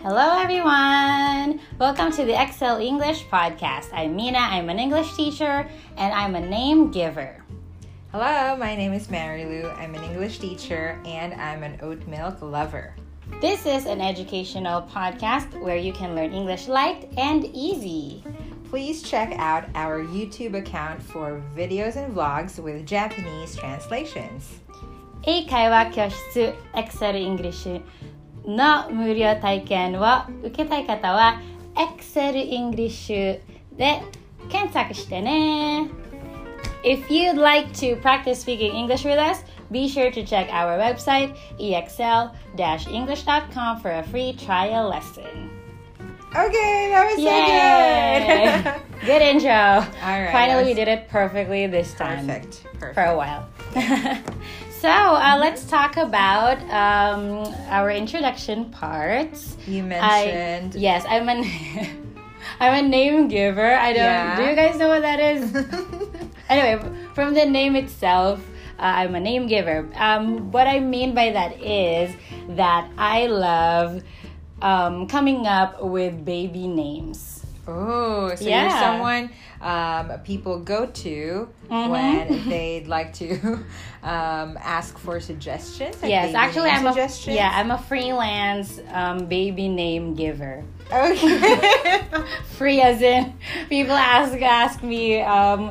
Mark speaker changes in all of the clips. Speaker 1: Hello, everyone. Welcome to the Excel English podcast. I'm Mina. I'm an English teacher and I'm a name giver.
Speaker 2: Hello, my name is Mary Lou. I'm an English teacher and I'm an oat milk lover.
Speaker 1: This is an educational podcast where you can learn English light and easy.
Speaker 2: Please check out our YouTube account for videos and vlogs with Japanese translations.
Speaker 1: 英会話教室 Excel English の無料体験を受けたい方は Excel English で検索してね If you'd like to practice speaking English with us, be sure to check our website e exl-english.com for a free trial lesson.
Speaker 2: Okay, that was
Speaker 1: Yay!
Speaker 2: so
Speaker 1: Good intro.
Speaker 2: right, that
Speaker 1: Finally, we
Speaker 2: was-
Speaker 1: did it perfectly this time
Speaker 2: good. Perfect. Mm-hmm.
Speaker 1: for
Speaker 2: Perfect.
Speaker 1: a while. so uh, let's talk about um, our introduction parts.
Speaker 2: You
Speaker 1: I,
Speaker 2: mentioned.
Speaker 1: yes, I'm an I'm a name giver. I don't.
Speaker 2: Yeah.
Speaker 1: Do you guys know what that is? anyway, from the name itself, uh, I'm a name giver. Um, what I mean by that is that I love um, coming up with baby names.
Speaker 2: oh, so
Speaker 1: Yeah.
Speaker 2: you're someone um, people go to
Speaker 1: Mm-hmm.
Speaker 2: when they'd like to um, ask for suggestions. like
Speaker 1: Yes,
Speaker 2: baby
Speaker 1: actually,
Speaker 2: name
Speaker 1: I'm a
Speaker 2: suggestions.
Speaker 1: yeah, I'm a freelance um, baby name giver.
Speaker 2: Okay.
Speaker 1: Free as in people ask ask me um,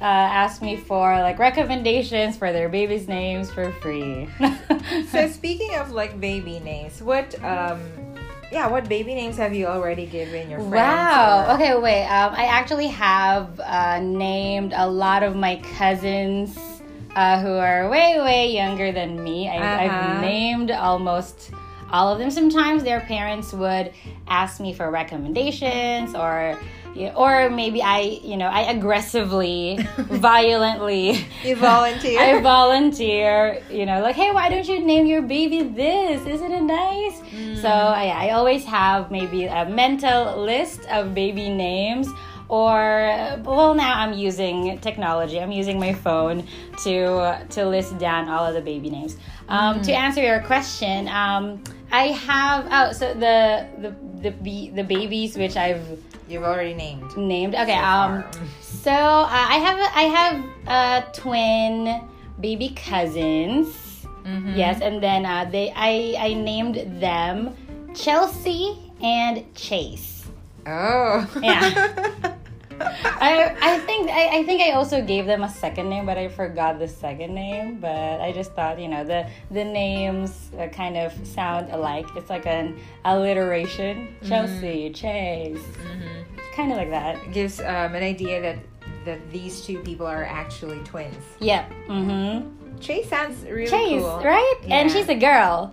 Speaker 1: uh, ask me for like recommendations for their babies' names for free.
Speaker 2: so speaking of like baby names, what um yeah, what baby names have you already given your friends?
Speaker 1: Wow.
Speaker 2: or-
Speaker 1: Okay, wait. Um, I actually have uh, named a lot of my cousins uh, who are way, way younger than me. I, I've
Speaker 2: Uh-huh.
Speaker 1: named almost all of them. Sometimes their parents would ask me for recommendations or. Or maybe I, you know, I aggressively, violently
Speaker 2: You volunteer.
Speaker 1: I volunteer, you know, like, hey, why don't you name your baby this? Isn't it nice?
Speaker 2: Mm.
Speaker 1: So I, I always have maybe a mental list of baby names. Or well, now I'm using technology. I'm using my phone to to list down all of the baby names. Um,
Speaker 2: Mm.
Speaker 1: To answer your question, um, I have oh, so the the the, be- the babies which I've
Speaker 2: You've already named.
Speaker 1: named. Okay.
Speaker 2: far.
Speaker 1: um. So uh, I have a, I have uh, twin baby cousins. Yes, and then uh, they I I named them Chelsea and Chase.
Speaker 2: Oh.
Speaker 1: Yeah. I I think I, I think I also gave them a second name, but I forgot the second name. But I just thought you know the the names uh, kind of sound alike. It's like an alliteration. Chelsea, Chase, kind of like that.
Speaker 2: gives um, an idea that that these two people are actually twins.
Speaker 1: Yep. Mm-hmm.
Speaker 2: Chase sounds really
Speaker 1: Chase,
Speaker 2: cool.
Speaker 1: right? And
Speaker 2: Yeah.
Speaker 1: she's a girl.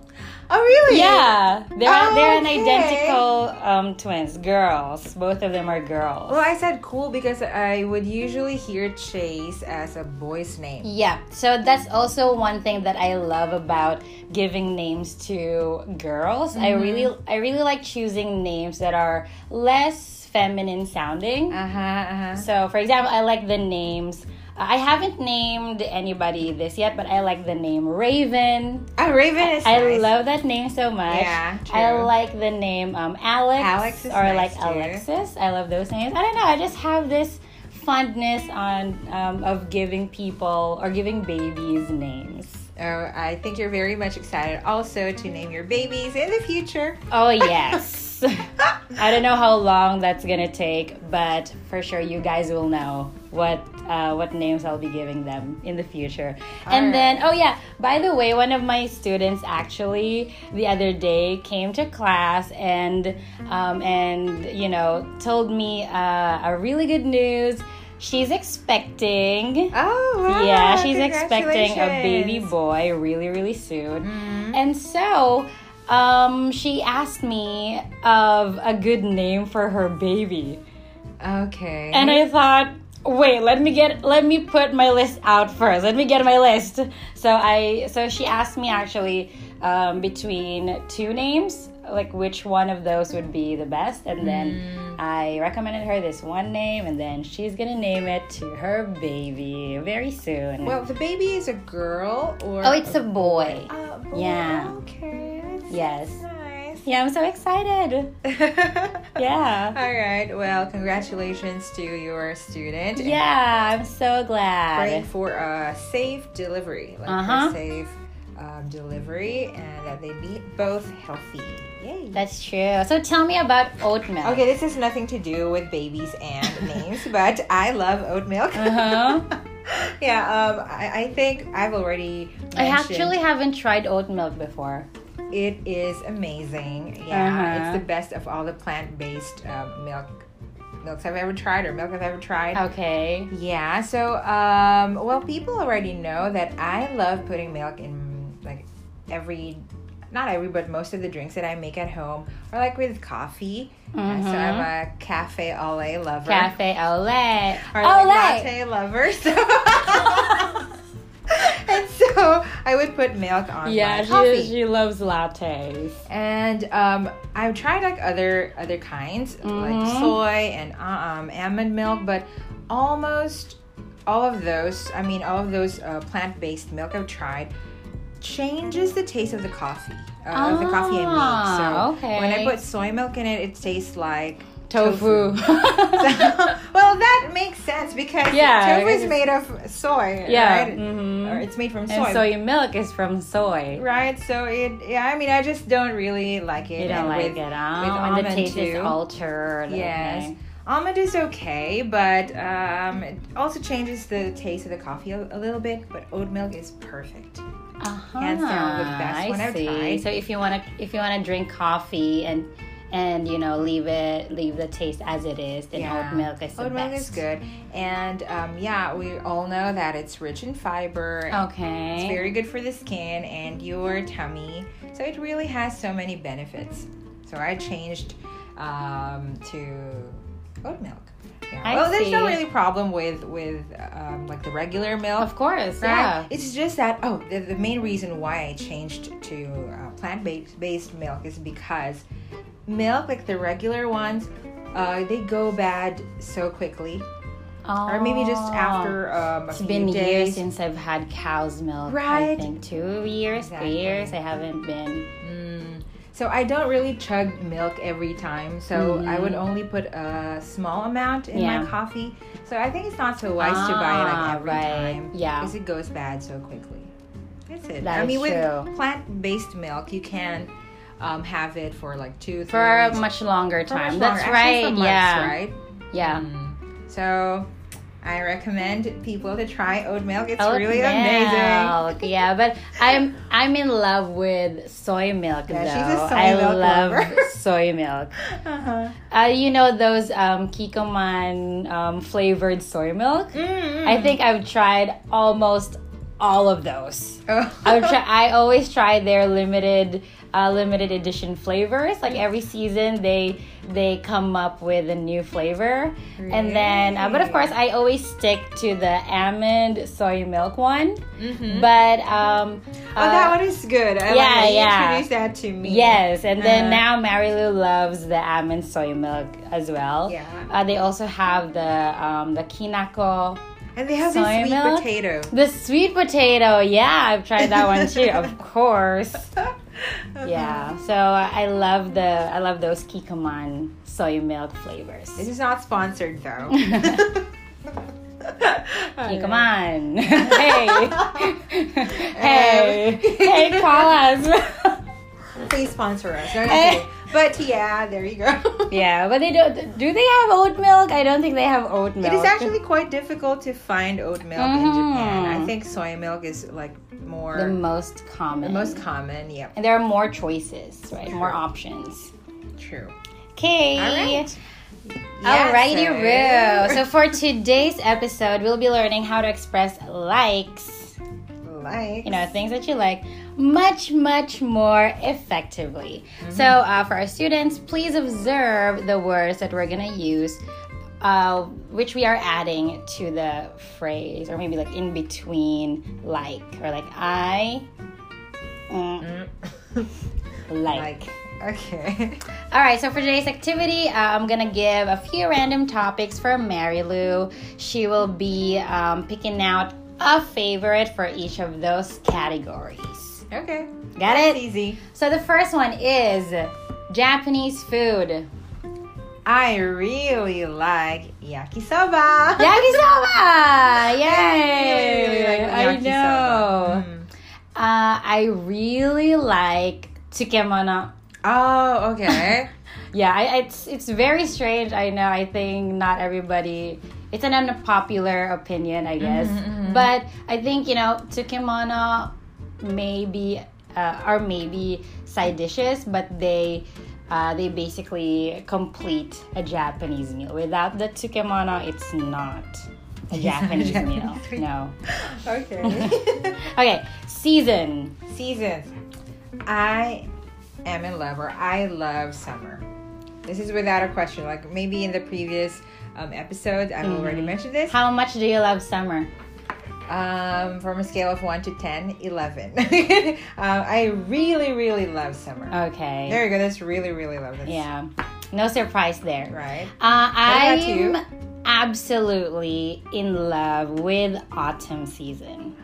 Speaker 2: Oh really?
Speaker 1: Yeah, they're
Speaker 2: Oh,
Speaker 1: they're an
Speaker 2: okay.
Speaker 1: identical um, twins, girls. Both of them are girls.
Speaker 2: Well, I said cool because I would usually hear Chase as a boy's name.
Speaker 1: Yeah, so that's also one thing that I love about giving names to girls. I really I really like choosing names that are less feminine sounding.
Speaker 2: Uh huh. Uh-huh.
Speaker 1: So, for example, I like the names. I haven't named anybody this yet, but I like the name Raven.
Speaker 2: Oh, Raven is.
Speaker 1: I
Speaker 2: nice.
Speaker 1: love that name so much.
Speaker 2: Yeah,
Speaker 1: I
Speaker 2: true.
Speaker 1: like the name um, Alex,
Speaker 2: Alex
Speaker 1: or
Speaker 2: is nice
Speaker 1: like
Speaker 2: too.
Speaker 1: Alexis. I love those names. I don't know. I just have this fondness on um, of giving people or giving babies names.
Speaker 2: Oh, I think you're very much excited also to name your babies in the future.
Speaker 1: Oh yes. I don't know how long that's gonna take, but for sure you guys will know what uh, what names I'll be giving them in the future. and
Speaker 2: right.
Speaker 1: then, oh yeah, by the way, one of my students actually the other day came to class and um, and you know told me uh, a really good news. She's expecting.
Speaker 2: Oh, wow,
Speaker 1: Yeah, she's expecting a baby
Speaker 2: congratulations. Mm-hmm.
Speaker 1: boy really, really soon. And so um, she asked me of a good name for her baby.
Speaker 2: Okay.
Speaker 1: And I thought, wait, let me get let me put my list out first. Let me get my list. So I so she asked me actually um, between two names, like which one of those would be the best, and then
Speaker 2: Mm-hmm.
Speaker 1: I recommended her this one name, and then she's gonna name it to her baby very soon.
Speaker 2: well, the baby is a girl or
Speaker 1: oh, it's a boy.
Speaker 2: Oh, boy,
Speaker 1: yeah.
Speaker 2: Okay. That's
Speaker 1: Yes.
Speaker 2: Nice.
Speaker 1: Yeah, I'm so excited. Yeah.
Speaker 2: All right. Well, congratulations to your student. and
Speaker 1: Yeah, I'm so
Speaker 2: Praying
Speaker 1: glad.
Speaker 2: for a safe delivery, like
Speaker 1: Uh-huh.
Speaker 2: a safe um, delivery, and that they be both healthy. Yay.
Speaker 1: That's true. So tell me about oat milk.
Speaker 2: Okay, this has nothing to do with babies and names, but I love oat milk.
Speaker 1: Uh-huh.
Speaker 2: yeah, um, I, I think I've already. Mentioned
Speaker 1: I actually haven't tried oat milk before.
Speaker 2: It is amazing. Yeah,
Speaker 1: Uh-huh.
Speaker 2: it's the best of all the plant-based um, milk milks I've ever tried or milk I've ever tried.
Speaker 1: Okay.
Speaker 2: Yeah. So, um, well, people already know that I love putting milk in like every, not every, but most of the drinks that I make at home or like with coffee. Yeah, so I'm a cafe au lait lover.
Speaker 1: Mm-hmm. Cafe Olay.
Speaker 2: Or like
Speaker 1: Olay.
Speaker 2: latte lover. So. and so I would put milk on
Speaker 1: Yeah,
Speaker 2: my coffee.
Speaker 1: she, she loves lattes.
Speaker 2: and um, I've tried like other other kinds
Speaker 1: Mhm.
Speaker 2: like soy and um, almond milk, but almost all of those. I mean, all of those uh, plant based milk I've tried changes the taste of the coffee. Uh, of the coffee I make.
Speaker 1: Ah,
Speaker 2: So when I
Speaker 1: okay.
Speaker 2: put soy milk in it, it tastes like
Speaker 1: Tofu.
Speaker 2: so, well, that makes sense because
Speaker 1: Yeah,
Speaker 2: tofu is
Speaker 1: because-
Speaker 2: made of soy,
Speaker 1: yeah.
Speaker 2: right?
Speaker 1: mhm.
Speaker 2: Or it's made from
Speaker 1: And
Speaker 2: soy,
Speaker 1: soy milk is from soy.
Speaker 2: right? So it, yeah. I mean, I just don't really like it.
Speaker 1: You don't
Speaker 2: and
Speaker 1: like
Speaker 2: with-
Speaker 1: it, huh?
Speaker 2: with
Speaker 1: when the
Speaker 2: almond
Speaker 1: taste is
Speaker 2: too.
Speaker 1: altered.
Speaker 2: Yes.
Speaker 1: okay.
Speaker 2: Almond is okay, but um, it also changes the taste of the coffee a, a little bit. But oat milk is perfect.
Speaker 1: Uh-huh.
Speaker 2: Hands down, the best
Speaker 1: I
Speaker 2: one I've
Speaker 1: see.
Speaker 2: tried.
Speaker 1: So if you wanna if you wanna drink coffee and and you know leave it leave the taste as it is, then oat milk is the
Speaker 2: Oat milk is
Speaker 1: best.
Speaker 2: good, and um, yeah, we all know that it's rich in fiber.
Speaker 1: Okay.
Speaker 2: It's very good for the skin and your tummy. So it really has so many benefits. So I changed um, to oat milk. Yeah.
Speaker 1: I
Speaker 2: well, there's no
Speaker 1: see.
Speaker 2: really problem with with um, like the regular milk.
Speaker 1: of course,
Speaker 2: Right?
Speaker 1: yeah.
Speaker 2: It's just that oh, the, the main reason why I changed to uh, plant-based based milk is because milk, like the regular ones, uh, they go bad so quickly, or maybe just
Speaker 1: Oh.
Speaker 2: after um, a
Speaker 1: It's
Speaker 2: few
Speaker 1: been
Speaker 2: days.
Speaker 1: years since I've had cow's milk. I
Speaker 2: Right.
Speaker 1: think two years,
Speaker 2: Exactly.
Speaker 1: three years. I haven't been.
Speaker 2: Mm. So I don't really chug milk every time. So I would only put a small amount in
Speaker 1: Mm-hmm. Yeah.
Speaker 2: my coffee. So I think it's not so wise to buy it
Speaker 1: Ah,
Speaker 2: like every
Speaker 1: right.
Speaker 2: time.
Speaker 1: Yeah.
Speaker 2: Because it goes bad so quickly. That's it.
Speaker 1: That
Speaker 2: I
Speaker 1: is
Speaker 2: mean,
Speaker 1: true.
Speaker 2: with plant-based milk, you can um, have it for like two, three
Speaker 1: For a much longer
Speaker 2: for much
Speaker 1: time.
Speaker 2: longer.
Speaker 1: That's
Speaker 2: Actually,
Speaker 1: right.
Speaker 2: for months,
Speaker 1: yeah.
Speaker 2: Right.
Speaker 1: Yeah.
Speaker 2: Mm. So I recommend people to try oat milk. It's
Speaker 1: Oat
Speaker 2: really amazing.
Speaker 1: milk, Oh, Yeah, but I'm I'm in love with soy milk
Speaker 2: Yeah,
Speaker 1: though.
Speaker 2: she's a soy
Speaker 1: I
Speaker 2: milk
Speaker 1: love
Speaker 2: lover.
Speaker 1: soy milk.
Speaker 2: Uh-huh.
Speaker 1: Uh, you know those um, Kikoman um, flavored soy milk?
Speaker 2: Mm.
Speaker 1: I think I've tried almost all of those.
Speaker 2: Oh.
Speaker 1: I would try, I always try their limited uh, limited edition flavors. Like every season, they they come up with a new flavor, and then uh, but of course, I always stick to the almond soy milk one.
Speaker 2: Mhm.
Speaker 1: But um,
Speaker 2: Oh,
Speaker 1: uh,
Speaker 2: that one is good. I
Speaker 1: yeah,
Speaker 2: like,
Speaker 1: yeah.
Speaker 2: Introduce that to me.
Speaker 1: Yes, and
Speaker 2: Uh-huh.
Speaker 1: then now Mary Lou loves the almond soy milk as well.
Speaker 2: Yeah.
Speaker 1: Uh, they also have the um, the kinako,
Speaker 2: And they have
Speaker 1: Soy
Speaker 2: this sweet
Speaker 1: milk.
Speaker 2: potato.
Speaker 1: the sweet potato. Yeah, I've tried that one too. of course. Yeah. So I love the I love those Kikkoman soy milk flavors.
Speaker 2: This is not sponsored though.
Speaker 1: Kikkoman. hey. hey. Hey, call us.
Speaker 2: Please sponsor us. No, I'm
Speaker 1: Eh.
Speaker 2: kidding. But yeah, there you go.
Speaker 1: yeah, but they don't do they have oat milk? I don't think they have oat milk.
Speaker 2: It is actually quite difficult to find oat milk in Japan.
Speaker 1: Mhm.
Speaker 2: I think soy milk is like more
Speaker 1: the most common.
Speaker 2: the most common. Yep,
Speaker 1: and there are more choices, right? More
Speaker 2: True.
Speaker 1: options.
Speaker 2: true.
Speaker 1: Okay.
Speaker 2: Alright.
Speaker 1: Oh, Alrighty,
Speaker 2: Yes,
Speaker 1: Roo.
Speaker 2: sir.
Speaker 1: So for today's episode, we'll be learning how to express likes,
Speaker 2: like
Speaker 1: you know, things that you like, much, much more effectively. So uh, for our students, please observe the words that we're gonna use, uh, which we are adding to the phrase, or maybe like in between like, or like I mm, like.
Speaker 2: like. Okay.
Speaker 1: All right, so for today's activity, uh, I'm gonna give a few random topics for Mary Lou. She will be um, picking out a favorite for each of those categories.
Speaker 2: okay.
Speaker 1: Got it?
Speaker 2: Easy.
Speaker 1: So the first one is Japanese food.
Speaker 2: I really like yakisoba.
Speaker 1: Yakisoba! Yay!
Speaker 2: Yay!
Speaker 1: I
Speaker 2: Yakisoba.
Speaker 1: know.
Speaker 2: Mm.
Speaker 1: Uh, I really like tsukemono.
Speaker 2: Oh, okay.
Speaker 1: Yeah, I, it's it's very strange. I know. I think not everybody. It's an unpopular opinion, I guess. But I think you know, tsukimono maybe uh, are maybe side dishes, but they uh, they basically complete a Japanese meal. Without the tsukimono, it's not a Japanese meal.
Speaker 2: Japanese
Speaker 1: No.
Speaker 2: okay.
Speaker 1: Okay, season.
Speaker 2: Seasons. I am in love, or I love summer. This is without a question. Like maybe in the previous um, episode, I've already
Speaker 1: Mm-hmm.
Speaker 2: mentioned this.
Speaker 1: How much do you love summer?
Speaker 2: Um, from a scale of 1 to 10, 11. um, I really, really love summer.
Speaker 1: Okay.
Speaker 2: there you go. That's really, really love this.
Speaker 1: yeah. No surprise there.
Speaker 2: Right?
Speaker 1: Uh,
Speaker 2: about you?
Speaker 1: I'm absolutely in love with autumn season.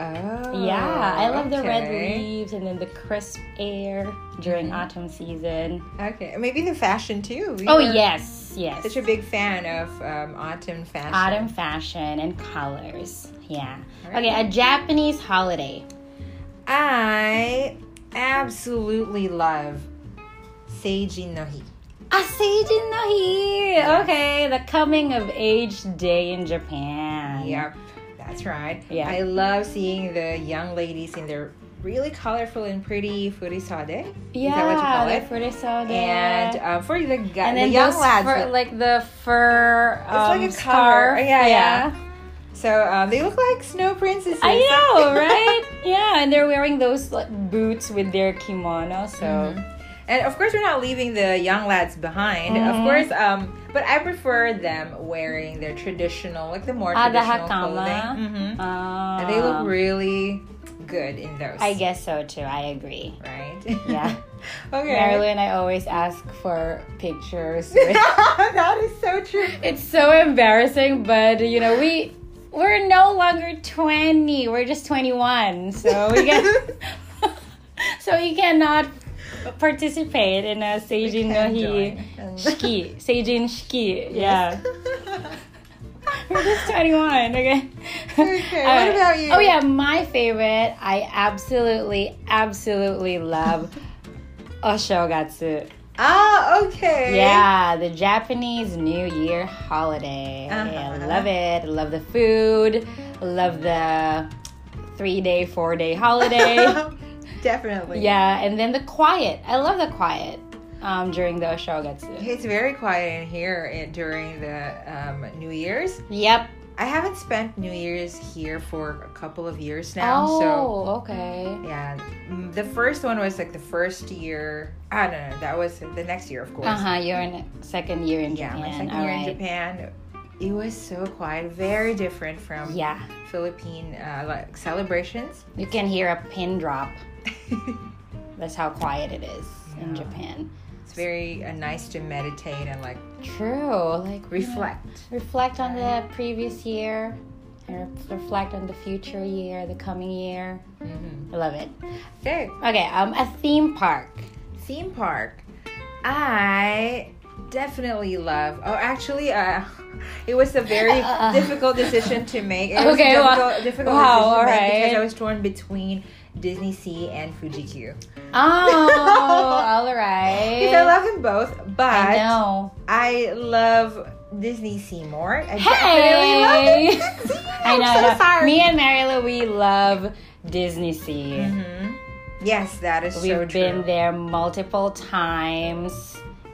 Speaker 2: Oh.
Speaker 1: yeah, I love the red
Speaker 2: okay. Mm-hmm.
Speaker 1: leaves and then the crisp air during autumn season.
Speaker 2: Okay. Maybe the fashion too. We
Speaker 1: Oh,
Speaker 2: were
Speaker 1: yes, yes.
Speaker 2: Such a big fan of um, autumn fashion.
Speaker 1: Autumn fashion and colors. Yeah.
Speaker 2: Alright.
Speaker 1: Okay, a Japanese holiday.
Speaker 2: I absolutely love Seiji no Hi.
Speaker 1: Aseijin no hi. Okay, the coming of age day in Japan.
Speaker 2: Yep, that's right.
Speaker 1: Yeah.
Speaker 2: I love seeing the young ladies in their really colorful and pretty furisade. Is that what you call
Speaker 1: Yeah,
Speaker 2: it?
Speaker 1: the furisode.
Speaker 2: And um, for the, guy,
Speaker 1: and then
Speaker 2: the young
Speaker 1: those
Speaker 2: lads.
Speaker 1: fur, like the fur um,
Speaker 2: like a
Speaker 1: scarf.
Speaker 2: cover. Yeah, yeah. so um, they look like snow princesses.
Speaker 1: I know, right? yeah, and they're wearing those like, boots with their kimono. So
Speaker 2: and of course, we're not leaving the young lads behind. Of
Speaker 1: Mm-hmm.
Speaker 2: course, um, but I prefer them wearing their traditional, like the more
Speaker 1: Ah, the
Speaker 2: traditional
Speaker 1: hakama.
Speaker 2: clothing. hmm
Speaker 1: uh,
Speaker 2: And they look really good in those.
Speaker 1: I guess so too. I agree.
Speaker 2: Right?
Speaker 1: Yeah.
Speaker 2: okay.
Speaker 1: Marilyn, I always ask for pictures. with-
Speaker 2: that is so true.
Speaker 1: it's so embarrassing, but you know we we're no longer twenty. We're just twenty one. So we get. so you cannot participate in a seijin no
Speaker 2: can
Speaker 1: hi
Speaker 2: join.
Speaker 1: shiki seijin shiki yeah we're just 21 okay
Speaker 2: Okay, what
Speaker 1: Alright.
Speaker 2: about you?
Speaker 1: oh yeah my favorite i absolutely absolutely love oshogatsu
Speaker 2: Oh, okay.
Speaker 1: yeah the japanese new year holiday
Speaker 2: Uh-huh.
Speaker 1: i love it I love the food love the three day four day holiday
Speaker 2: Definitely.
Speaker 1: Yeah, and then the quiet. I love the quiet um, during the Oshogatsu.
Speaker 2: It's very quiet in here eh, during the um, New Year's.
Speaker 1: Yep.
Speaker 2: I haven't spent New Year's here for a couple of years now,
Speaker 1: Oh,
Speaker 2: so
Speaker 1: okay.
Speaker 2: yeah. Mm, The first one was like the first year. I don't know. That was the next year, of course.
Speaker 1: Uh huh. You're in second year in
Speaker 2: Yeah,
Speaker 1: Japan.
Speaker 2: my second
Speaker 1: All
Speaker 2: year
Speaker 1: right.
Speaker 2: in Japan. It was so quiet, very different from
Speaker 1: Yeah,
Speaker 2: Philippine uh, like celebrations.
Speaker 1: you can hear a pin drop. That's how quiet it is in
Speaker 2: Yeah.
Speaker 1: Japan.
Speaker 2: It's very uh, nice to meditate and like
Speaker 1: True. Like you know,
Speaker 2: reflect.
Speaker 1: reflect on the previous year. And re- reflect on the future year, the coming year.
Speaker 2: Mhm.
Speaker 1: I love it.
Speaker 2: Okay,
Speaker 1: Okay, um, a theme park.
Speaker 2: theme park. I definitely love. Oh, actually, uh, it was a very
Speaker 1: Uh, uh.
Speaker 2: difficult decision to make. It was
Speaker 1: Okay,
Speaker 2: a
Speaker 1: wa-
Speaker 2: difficult, difficult
Speaker 1: wow,
Speaker 2: decision to make
Speaker 1: alright.
Speaker 2: because I was torn between Disney Sea and Fuji
Speaker 1: Eh. Oh, all right.
Speaker 2: Because I love them both, but
Speaker 1: I know.
Speaker 2: I love Disney Sea more. I
Speaker 1: Hey!
Speaker 2: definitely love Disney Sea.
Speaker 1: I
Speaker 2: I'm
Speaker 1: know. I
Speaker 2: so
Speaker 1: know.
Speaker 2: sorry.
Speaker 1: Me and Marila, we love Disney Sea.
Speaker 2: Mhm. Yes, that is
Speaker 1: We've
Speaker 2: so true.
Speaker 1: been there multiple times.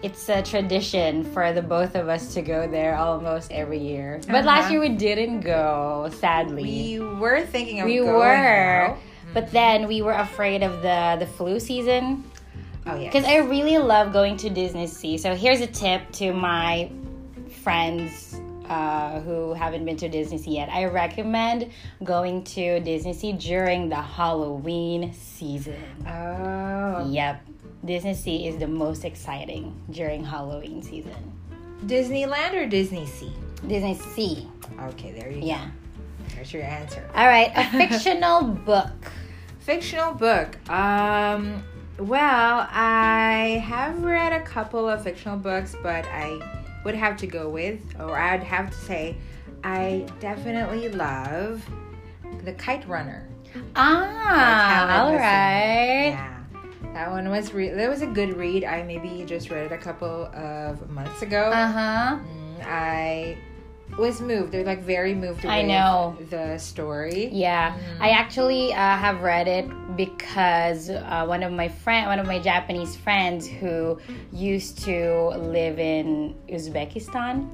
Speaker 1: It's a tradition for the both of us to go there almost every year. But last
Speaker 2: Uh-huh.
Speaker 1: year we didn't go, sadly.
Speaker 2: We were thinking of
Speaker 1: We
Speaker 2: going
Speaker 1: were.
Speaker 2: now.
Speaker 1: But then we were afraid of the, the flu season.
Speaker 2: Oh yeah.
Speaker 1: Because I really love going to Disney Sea. So here's a tip to my friends uh, who haven't been to Disney Sea yet. I recommend going to Disney Sea during the Halloween season.
Speaker 2: Oh.
Speaker 1: Yep. Disney Sea is the most exciting during Halloween season.
Speaker 2: Disneyland or Disney Sea?
Speaker 1: Disney Sea.
Speaker 2: Okay, there you
Speaker 1: Yeah.
Speaker 2: go. There's your answer.
Speaker 1: All right. A fictional book.
Speaker 2: Fictional book. Um Well, I have read a couple of fictional books, but I would have to go with, or I'd have to say, I definitely love The Kite Runner.
Speaker 1: Ah,
Speaker 2: how I
Speaker 1: all
Speaker 2: listen.
Speaker 1: right.
Speaker 2: Yeah, that one was re- that was a good read. I maybe just read it a couple of months ago.
Speaker 1: Uh huh.
Speaker 2: Mm, I was moved. They're like very moved.
Speaker 1: I
Speaker 2: with
Speaker 1: know.
Speaker 2: the story.
Speaker 1: Yeah, I actually uh, have read it because uh, one of my friend, one of my Japanese friends who used to live in Uzbekistan,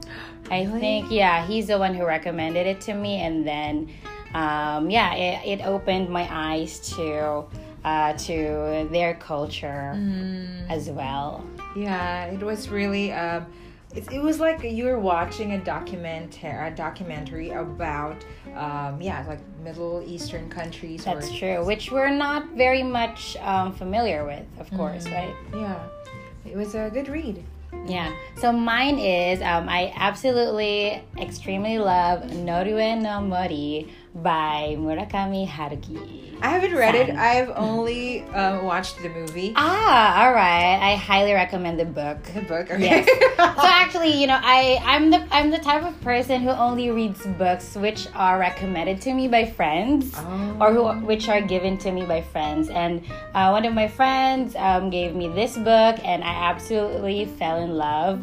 Speaker 1: I think. Yeah, he's the one who recommended it to me, and then um, yeah, it, it opened my eyes to uh, to their culture as well.
Speaker 2: Yeah, it was really. Um, it, it was like you were watching a documentary, a documentary about, um, yeah, like Middle Eastern countries.
Speaker 1: That's
Speaker 2: or,
Speaker 1: true, which we're not very much um, familiar with, of course, right?
Speaker 2: Yeah, it was a good read.
Speaker 1: Yeah. So mine is um, I absolutely extremely love Norue no Mori by Murakami Haruki.
Speaker 2: I haven't read it. I've only um, watched the movie,
Speaker 1: Ah, all right. I highly recommend the book.
Speaker 2: the book. Okay.
Speaker 1: Yes. so actually, you know, I I'm the I'm the type of person who only reads books which are recommended to me by friends
Speaker 2: Oh.
Speaker 1: or who which are given to me by friends. And uh, one of my friends um, gave me this book, and I absolutely fell in love.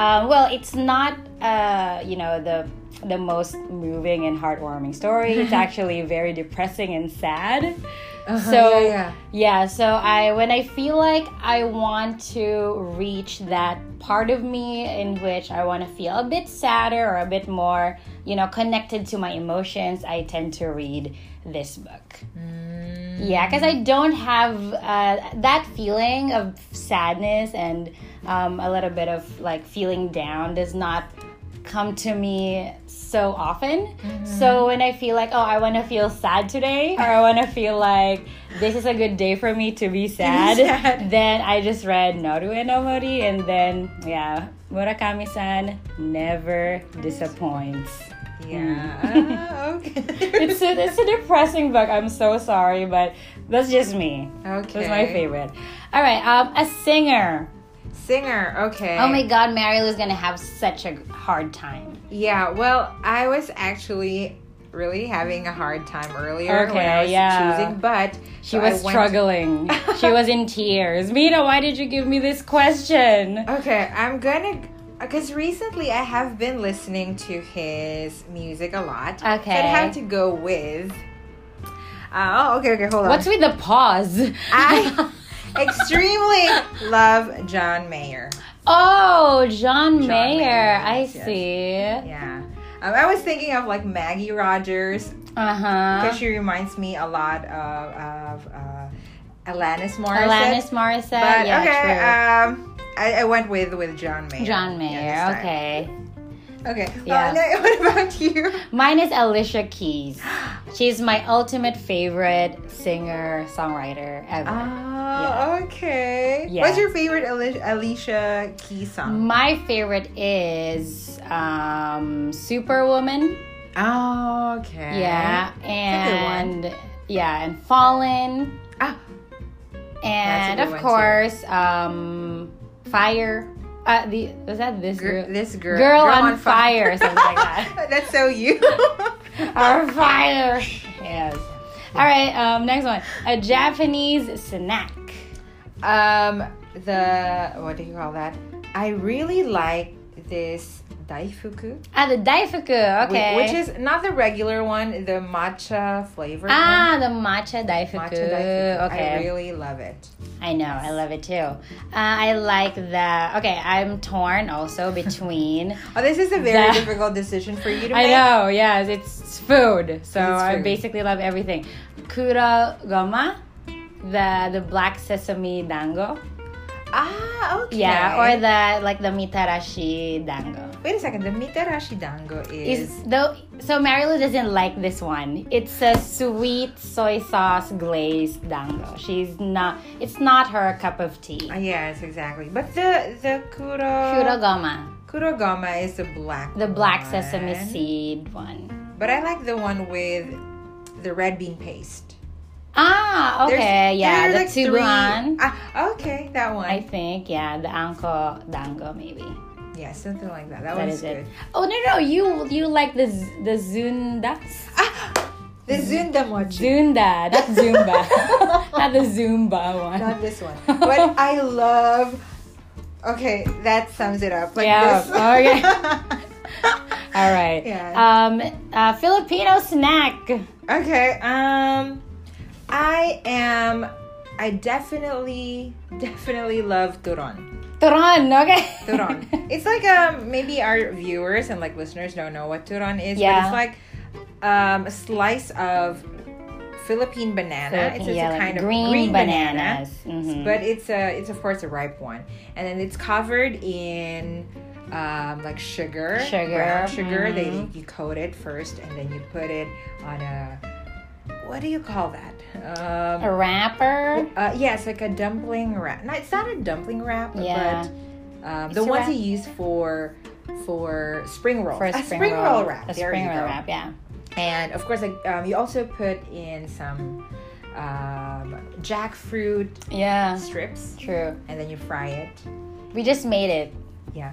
Speaker 1: Uh, well, it's not uh, you know the the most moving and heartwarming story. It's actually very depressing and sad.
Speaker 2: Uh-huh,
Speaker 1: So
Speaker 2: yeah, yeah.
Speaker 1: yeah, so I when I feel like I want to reach that part of me in which I want to feel a bit sadder or a bit more, you know, connected to my emotions, I tend to read this book. Yeah, because I don't have uh, that feeling of sadness and um, a little bit of like feeling down does not come to me so often. So when I feel like, oh, I want to feel sad today, or I want to feel like this is a good day for me to be sad,
Speaker 2: sad.
Speaker 1: then I just read Naru and Omori, and then yeah, Murakami san never disappoints.
Speaker 2: yeah. okay.
Speaker 1: It's a, it's a depressing book. I'm so sorry, but that's just me.
Speaker 2: okay.
Speaker 1: That's my favorite. All right, um, a singer.
Speaker 2: Singer. Okay.
Speaker 1: Oh my God, Mary Lou's gonna have such a hard time.
Speaker 2: Yeah, well, I was actually really having a hard time earlier when I
Speaker 1: Okay,
Speaker 2: was
Speaker 1: yeah.
Speaker 2: choosing, but
Speaker 1: She was struggling. she was in tears. Mina, why did you give me this question?
Speaker 2: okay, I'm gonna because recently I have been listening to his music a lot. so
Speaker 1: Uh, Okay.
Speaker 2: I'd have to go with. Uh, oh, okay, okay, hold on.
Speaker 1: What's with the pause?
Speaker 2: I extremely love John Mayer.
Speaker 1: oh, John, Mayer.
Speaker 2: Mayer,
Speaker 1: I
Speaker 2: yes, yes.
Speaker 1: see.
Speaker 2: Yeah. Um, I was thinking of like Maggie Rogers
Speaker 1: Uh
Speaker 2: because
Speaker 1: huh.
Speaker 2: she reminds me a lot of, of uh, Alanis Morissette.
Speaker 1: Alanis Morissette.
Speaker 2: But
Speaker 1: yeah,
Speaker 2: okay,
Speaker 1: true.
Speaker 2: um, I, I went with with John Mayer.
Speaker 1: John
Speaker 2: Yeah,
Speaker 1: Mayer.
Speaker 2: this time.
Speaker 1: okay.
Speaker 2: Okay.
Speaker 1: Yeah.
Speaker 2: Uh, now, what about you?
Speaker 1: Mine is Alicia Keys. She's my ultimate favorite singer songwriter ever.
Speaker 2: Oh, okay.
Speaker 1: Yeah. Mm.
Speaker 2: What's your favorite Ali- Alicia Keys song?
Speaker 1: My favorite is um, Superwoman.
Speaker 2: Oh, okay.
Speaker 1: Yeah,
Speaker 2: good
Speaker 1: and yeah, and Fallen,
Speaker 2: Ah,
Speaker 1: and
Speaker 2: good
Speaker 1: of
Speaker 2: one, too.
Speaker 1: course, um, Fire. Uh, the was that this
Speaker 2: gir-
Speaker 1: girl?
Speaker 2: this girl.
Speaker 1: Girl on Fire, something like that.
Speaker 2: That's so you.
Speaker 1: Or Oh, Fire. Yes. All right. Um, next one. A Japanese snack.
Speaker 2: um, the what do you call that? I really like this daifuku, whi-
Speaker 1: Ah, the daifuku. Okay.
Speaker 2: which is not the regular one, the matcha flavor. one.
Speaker 1: Ah, the matcha daifuku.
Speaker 2: matcha daifuku.
Speaker 1: Okay,
Speaker 2: I really love it.
Speaker 1: I know, I love it too. Uh, I like the. Okay, I'm torn also between.
Speaker 2: Oh, this is a very
Speaker 1: The-
Speaker 2: difficult decision for you to
Speaker 1: I
Speaker 2: make.
Speaker 1: know, yes, it's food, so
Speaker 2: It's
Speaker 1: I
Speaker 2: food.
Speaker 1: basically love everything. Kuragoma, the the black sesame dango,
Speaker 2: Ah, okay.
Speaker 1: yeah, or the like the mitarashi dango.
Speaker 2: Wait a second. The mitarashi dango is.
Speaker 1: Is though so Marilu doesn't like this one. It's a sweet soy sauce glazed dango. She's not. It's not her cup of tea.
Speaker 2: Ah, yes, exactly. But the the kuro
Speaker 1: Kurogoma,
Speaker 2: kurogama is the black.
Speaker 1: the black
Speaker 2: one.
Speaker 1: sesame seed one.
Speaker 2: But I like the one with the red bean paste.
Speaker 1: Ah,
Speaker 2: There's-
Speaker 1: okay, yeah,
Speaker 2: there
Speaker 1: the
Speaker 2: are, like, three-
Speaker 1: tubuan.
Speaker 2: Ah, okay, that one.
Speaker 1: I think, yeah, the anko dango maybe.
Speaker 2: yeah, something like that. That,
Speaker 1: That
Speaker 2: was
Speaker 1: is it.
Speaker 2: good.
Speaker 1: Oh no no, you you like the z- the zunda
Speaker 2: Ah, the Zundamochi.
Speaker 1: zunda, not zumba, not the zumba one.
Speaker 2: Not this one. But I love. Okay, that sums it up. Like
Speaker 1: Yeah,
Speaker 2: this.
Speaker 1: okay. All right.
Speaker 2: Yeah.
Speaker 1: Um, uh, Filipino snack.
Speaker 2: Okay. Um, I am. I definitely, definitely love turon.
Speaker 1: Turon, okay.
Speaker 2: Turon. it's like um maybe our viewers and like listeners don't know what turon is.
Speaker 1: Yeah.
Speaker 2: But it's like um a slice of Philippine banana. it's it's
Speaker 1: yeah, like
Speaker 2: a kind of
Speaker 1: green,
Speaker 2: green banana.
Speaker 1: bananas. Mhm.
Speaker 2: But it's a it's of course a ripe one, and then it's covered in um, like sugar,
Speaker 1: Sugar,
Speaker 2: brown sugar.
Speaker 1: mhm.
Speaker 2: They you coat it first, and then you put it on a what do you call that?
Speaker 1: a
Speaker 2: Um,
Speaker 1: wrapper.
Speaker 2: uh, yeah, it's like a dumpling wrap. No, it's not a dumpling wrap,
Speaker 1: Yeah.
Speaker 2: but um,
Speaker 1: It's
Speaker 2: the
Speaker 1: a
Speaker 2: ones
Speaker 1: wrap.
Speaker 2: you use for for spring roll,
Speaker 1: For a spring,
Speaker 2: roll, wrap.
Speaker 1: A
Speaker 2: there
Speaker 1: spring
Speaker 2: you
Speaker 1: roll
Speaker 2: go.
Speaker 1: wrap, yeah.
Speaker 2: And of course, like um, you also put in some um, jackfruit
Speaker 1: Yeah,
Speaker 2: strips,
Speaker 1: true.
Speaker 2: and then you fry it.
Speaker 1: We just made it
Speaker 2: Yeah.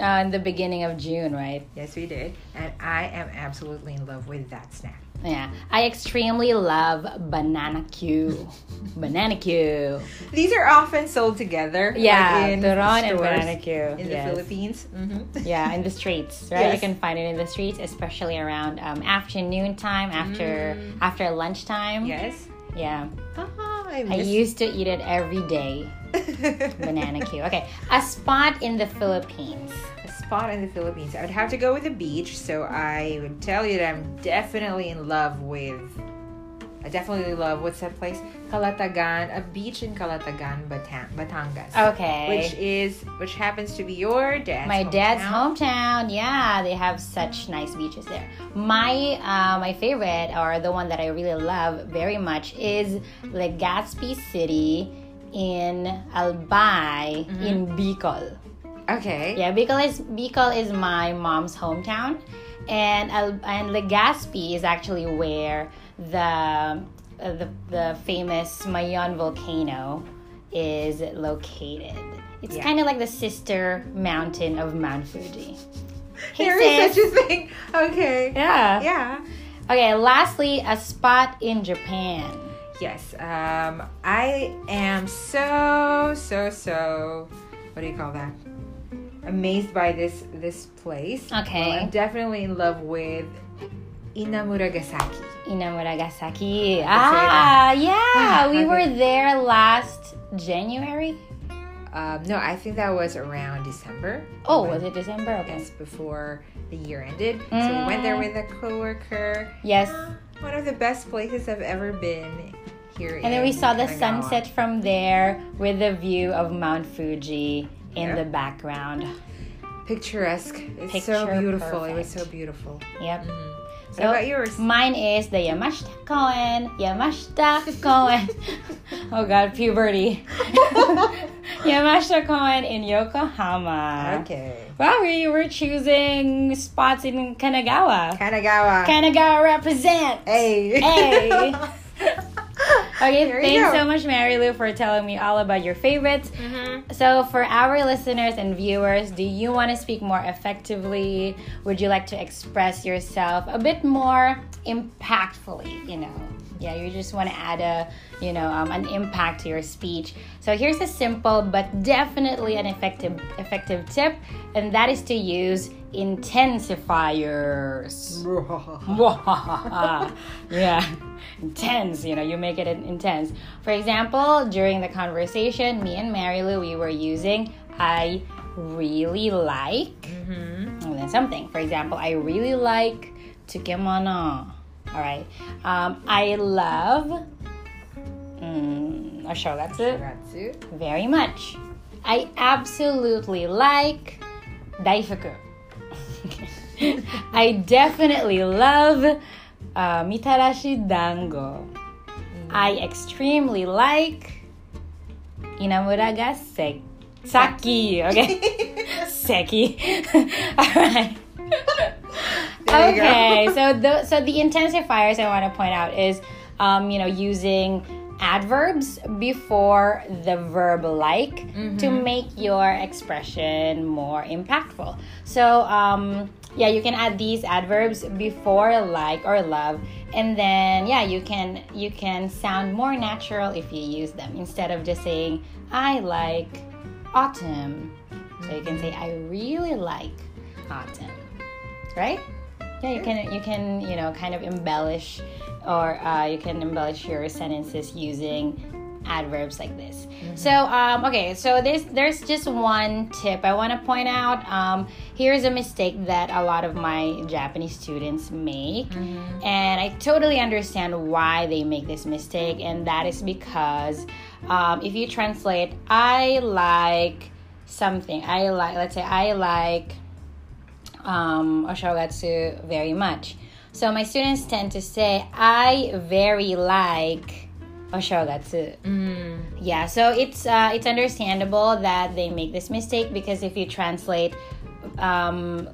Speaker 1: uh, in the beginning of June, right?
Speaker 2: Yes, we did. And I am absolutely in love with that snack.
Speaker 1: Yeah. I extremely love banana Q. banana Q.
Speaker 2: These are often sold together.
Speaker 1: Yeah,
Speaker 2: like in
Speaker 1: turon and
Speaker 2: stores
Speaker 1: banana Q. yes.
Speaker 2: In the Philippines. Mm-hmm.
Speaker 1: Yeah, in the streets, right? You
Speaker 2: Yes.
Speaker 1: can find it in the streets, especially around um, afternoon time, after
Speaker 2: Mm.
Speaker 1: after lunchtime.
Speaker 2: Yes.
Speaker 1: Yeah,
Speaker 2: Ah, I
Speaker 1: I
Speaker 2: miss
Speaker 1: used to eat it every day. Banana cue. Okay, a spot in the Philippines.
Speaker 2: A spot in the Philippines. I would have to go with the beach, so I would tell you that I'm definitely in love with. I definitely love what's that place? Calatagan, a beach in Calatagan, Batan- Batangas.
Speaker 1: Okay.
Speaker 2: Which is which happens to be your dad's
Speaker 1: my dad's
Speaker 2: hometown.
Speaker 1: hometown. Yeah, they have such nice beaches there. My uh, my favorite or the one that I really love very much is Legazpi City in Albay
Speaker 2: Mm-hmm.
Speaker 1: in Bicol.
Speaker 2: Okay.
Speaker 1: Yeah, Bicol is Bicol is my mom's hometown, and Al- and Legazpi is actually where the uh, the, the famous Mayon volcano is located. It's
Speaker 2: Yeah.
Speaker 1: kind of like the sister mountain of Mount Fuji. Hey,
Speaker 2: There is
Speaker 1: sis.
Speaker 2: such a thing. Okay.
Speaker 1: yeah.
Speaker 2: Yeah.
Speaker 1: Okay. Lastly, a spot in Japan.
Speaker 2: Yes. Um, I am so so so. What do you call that? Amazed by this this place.
Speaker 1: Okay.
Speaker 2: Well, I'm definitely in love with Inamuragasaki.
Speaker 1: Inamuragasaki.
Speaker 2: Ah,
Speaker 1: Ah, yeah. We
Speaker 2: okay.
Speaker 1: were there last January.
Speaker 2: Um, no, I think that was around December.
Speaker 1: Oh,
Speaker 2: When-
Speaker 1: was it December? Okay.
Speaker 2: Yes, before the year ended. So we went there
Speaker 1: Mm.
Speaker 2: with a coworker.
Speaker 1: yes.
Speaker 2: One of the best places I've ever been here.
Speaker 1: And then we saw the sunset from there with the view of Mount Fuji in
Speaker 2: Yeah.
Speaker 1: the background.
Speaker 2: Picturesque. It's so
Speaker 1: Picture
Speaker 2: beautiful. It was so
Speaker 1: perfect.
Speaker 2: beautiful.
Speaker 1: Yep.
Speaker 2: So, what about yours?
Speaker 1: Mine is the Yamashita Koen. Yamashita Koen. oh god, puberty. Yamashita Koen in Yokohama.
Speaker 2: Okay.
Speaker 1: Wow, we were choosing spots in Kanagawa.
Speaker 2: Kanagawa.
Speaker 1: Kanagawa represents.
Speaker 2: hey.
Speaker 1: Hey. Okay,
Speaker 2: There you
Speaker 1: thanks
Speaker 2: go.
Speaker 1: so much, Mary Lou, for telling me all about your favorites.
Speaker 2: Mm-hmm.
Speaker 1: So, for our listeners and viewers, do you want to speak more effectively? Would you like to express yourself a bit more impactfully? You know, yeah, you just want to add a, you know, um, an impact to your speech. So, here's a simple but definitely an effective effective tip, and that is to use intensifiers. yeah, intense. You know, you make it in- intense. For example, during the conversation, me and Mary Lou, we were using I really like, and then something. For example, I really like Tukemano. All right. Um, I love. Mm, Oshogatsu
Speaker 2: Ratsu.
Speaker 1: very much. I absolutely like Daifuku. I definitely love uh, Mitarashi Dango. I extremely like Inamura ga sek- Saki. Okay. Seki. Alright.
Speaker 2: There you go.
Speaker 1: okay, so the so the intensifiers I want to point out is um, you know, using adverbs before the verb like to
Speaker 2: Mm-hmm.
Speaker 1: make your expression more impactful. So, um, yeah, you can add these adverbs before like or love, and then yeah, you can you can sound more natural if you use them instead of just saying I like autumn. So you can say I really like autumn, right? Yeah, you can you can you know kind of embellish, or uh, you can embellish your sentences using adverbs like this. So um, okay, so this there's just one tip I want to point out. Um, here's a mistake that a lot of my Japanese students make, and I totally understand why they make this mistake, and that is because um, if you translate I like something, I like let's say I like um, oshogatsu very much. So my students tend to say, I very like oshogatsu.
Speaker 2: Mm,
Speaker 1: Yeah, so it's uh, it's understandable that they make this mistake because if you translate um,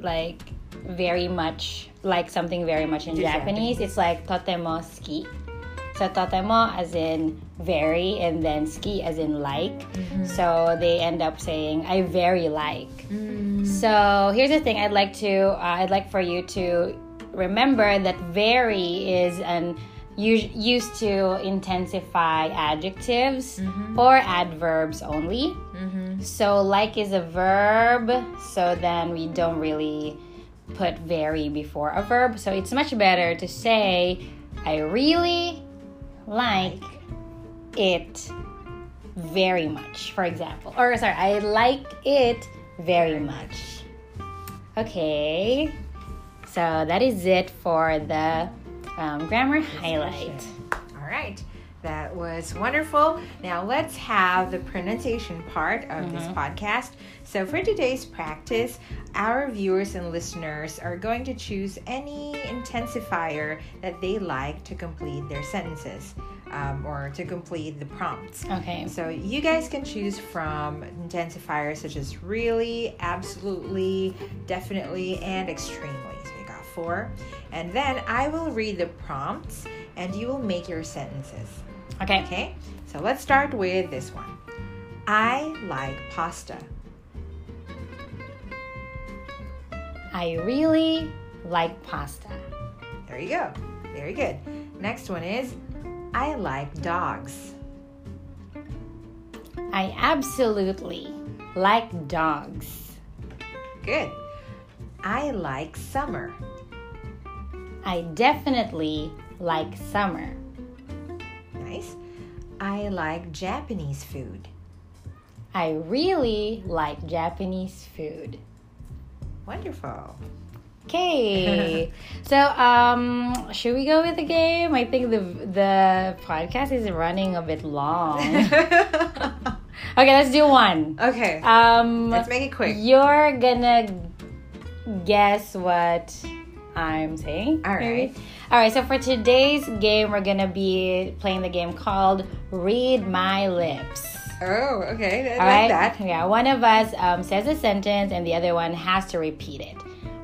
Speaker 1: like very much like something very much in Japanese, it's like totemo ski. So totemo as in very and then ski as in like. So they end up saying I very like.
Speaker 2: mm,
Speaker 1: So here's the thing. I'd like to. Uh, I'd like for you to remember that very is an us- used to intensify adjectives or adverbs only.
Speaker 2: mm-hmm.
Speaker 1: So like is a verb. So then we don't really put very before a verb. So it's much better to say I really like it very much, for example. Or sorry, I like it very much. Okay, so that is it for the um, grammar highlight.
Speaker 2: All right. That was wonderful. Now let's have the pronunciation part of this podcast. So, for today's practice, our viewers and listeners are going to choose any intensifier that they like to complete their sentences um, or to complete the prompts.
Speaker 1: Okay.
Speaker 2: So, you guys can choose from intensifiers such as really, absolutely, definitely, and extremely. So, you got four. And then I will read the prompts and you will make your sentences.
Speaker 1: Okay.
Speaker 2: Okay? So let's start with this one. I like pasta.
Speaker 1: I really like pasta.
Speaker 2: There you go. Very good. Next one is I like dogs.
Speaker 1: I absolutely like dogs.
Speaker 2: Good. I like summer.
Speaker 1: I definitely like summer.
Speaker 2: Nice. I like Japanese food.
Speaker 1: I really like Japanese food.
Speaker 2: Wonderful.
Speaker 1: Okay, so um, should we go with the game? I think the the podcast is running a bit long.
Speaker 2: okay.
Speaker 1: okay, let's do one. Um,
Speaker 2: Let's make it quick.
Speaker 1: you're gonna guess what I'm saying.
Speaker 2: All
Speaker 1: maybe?
Speaker 2: right.
Speaker 1: All right. So for today's game, we're gonna be playing the game called "Read My Lips."
Speaker 2: Oh, okay. I
Speaker 1: All
Speaker 2: like
Speaker 1: right.
Speaker 2: that.
Speaker 1: Yeah, one of us um, says a sentence and the other one has to repeat it.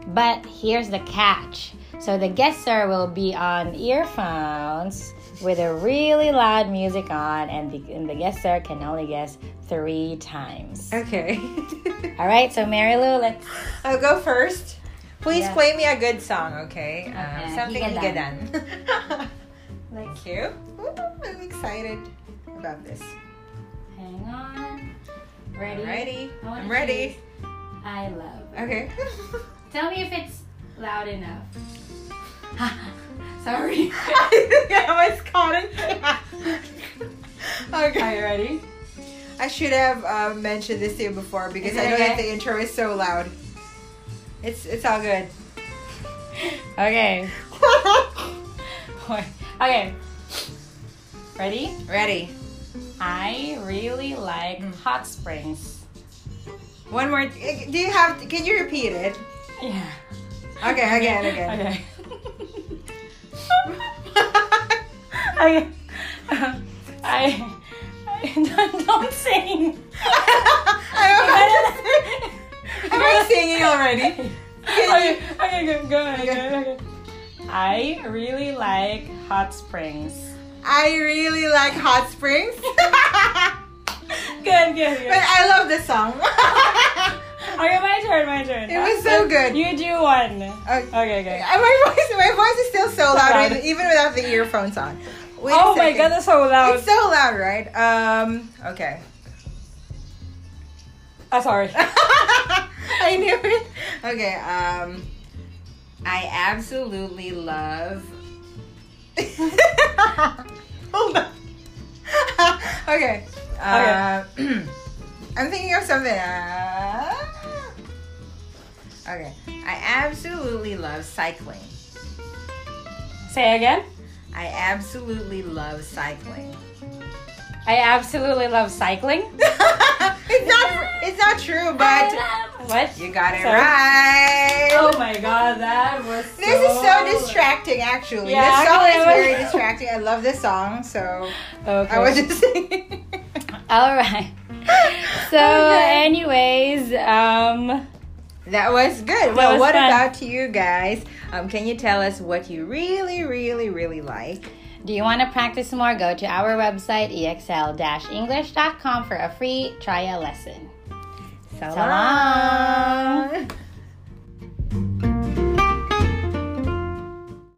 Speaker 1: But here's the catch. So the guesser will be on earphones with a really loud music on, and the, and the guesser can only guess three times.
Speaker 2: Okay.
Speaker 1: All right, so Mary Lou, let's.
Speaker 2: I'll go first. Please
Speaker 1: Yeah.
Speaker 2: play me a good song, okay? Um,
Speaker 1: Okay,
Speaker 2: something
Speaker 1: higadan.
Speaker 2: higadan. Thank you. Ooh, I'm excited about this.
Speaker 1: Hang on. Ready?
Speaker 2: I'm ready.
Speaker 1: I wanna
Speaker 2: I'm ready.
Speaker 1: I love.
Speaker 2: Okay.
Speaker 1: Tell me if it's loud enough. Sorry.
Speaker 2: I think I was caught in Okay.
Speaker 1: Are you ready?
Speaker 2: I should have uh, mentioned this to you before because
Speaker 1: Is it
Speaker 2: I know that
Speaker 1: okay?
Speaker 2: the intro is so loud. It's it's all good.
Speaker 1: Okay. okay. Ready?
Speaker 2: ready.
Speaker 1: I really like
Speaker 2: Mm.
Speaker 1: hot springs.
Speaker 2: One more. Do you have? Can you repeat it?
Speaker 1: Yeah.
Speaker 2: Okay, again, again.
Speaker 1: Okay. okay. Um, I, I don't, don't sing.
Speaker 2: I am I singing already?
Speaker 1: okay, okay, go, go ahead.
Speaker 2: Okay.
Speaker 1: go, okay. I really like hot springs?
Speaker 2: I really like hot springs.
Speaker 1: Good, good,
Speaker 2: but
Speaker 1: good.
Speaker 2: I love the song.
Speaker 1: Okay, my turn, my turn.
Speaker 2: It was so good.
Speaker 1: You do one.
Speaker 2: Okay.
Speaker 1: Okay, okay.
Speaker 2: And My voice, my voice is still so
Speaker 1: Loud.
Speaker 2: loud, with- even without the earphones on. Wait a
Speaker 1: Oh my
Speaker 2: second.
Speaker 1: god, that's so loud.
Speaker 2: it's so loud, right? Um, okay.
Speaker 1: Oh, sorry.
Speaker 2: I knew it. Okay. Um, I absolutely love. Hold on. okay. Uh, I'm thinking of something. Uh, okay. I absolutely love cycling.
Speaker 1: Say again.
Speaker 2: I absolutely love cycling.
Speaker 1: I absolutely love cycling.
Speaker 2: it's not. It's not true, but
Speaker 1: what?
Speaker 2: you got it
Speaker 1: Sorry.
Speaker 2: right.
Speaker 1: Oh my god, that was.
Speaker 2: This is so
Speaker 1: loud.
Speaker 2: distracting, actually.
Speaker 1: Yeah,
Speaker 2: this song
Speaker 1: actually,
Speaker 2: is
Speaker 1: I was-
Speaker 2: very distracting. I love this song, so
Speaker 1: Okay.
Speaker 2: I was just singing.
Speaker 1: All right. So,
Speaker 2: Okay.
Speaker 1: anyways, um,
Speaker 2: that was good. Well,
Speaker 1: was
Speaker 2: what
Speaker 1: fun.
Speaker 2: about you guys? Um, can you tell us what you really, really, really like?
Speaker 1: do you want to practice more? Go to our website E exl-english.com for a free trial lesson.
Speaker 2: So
Speaker 1: long.
Speaker 2: long.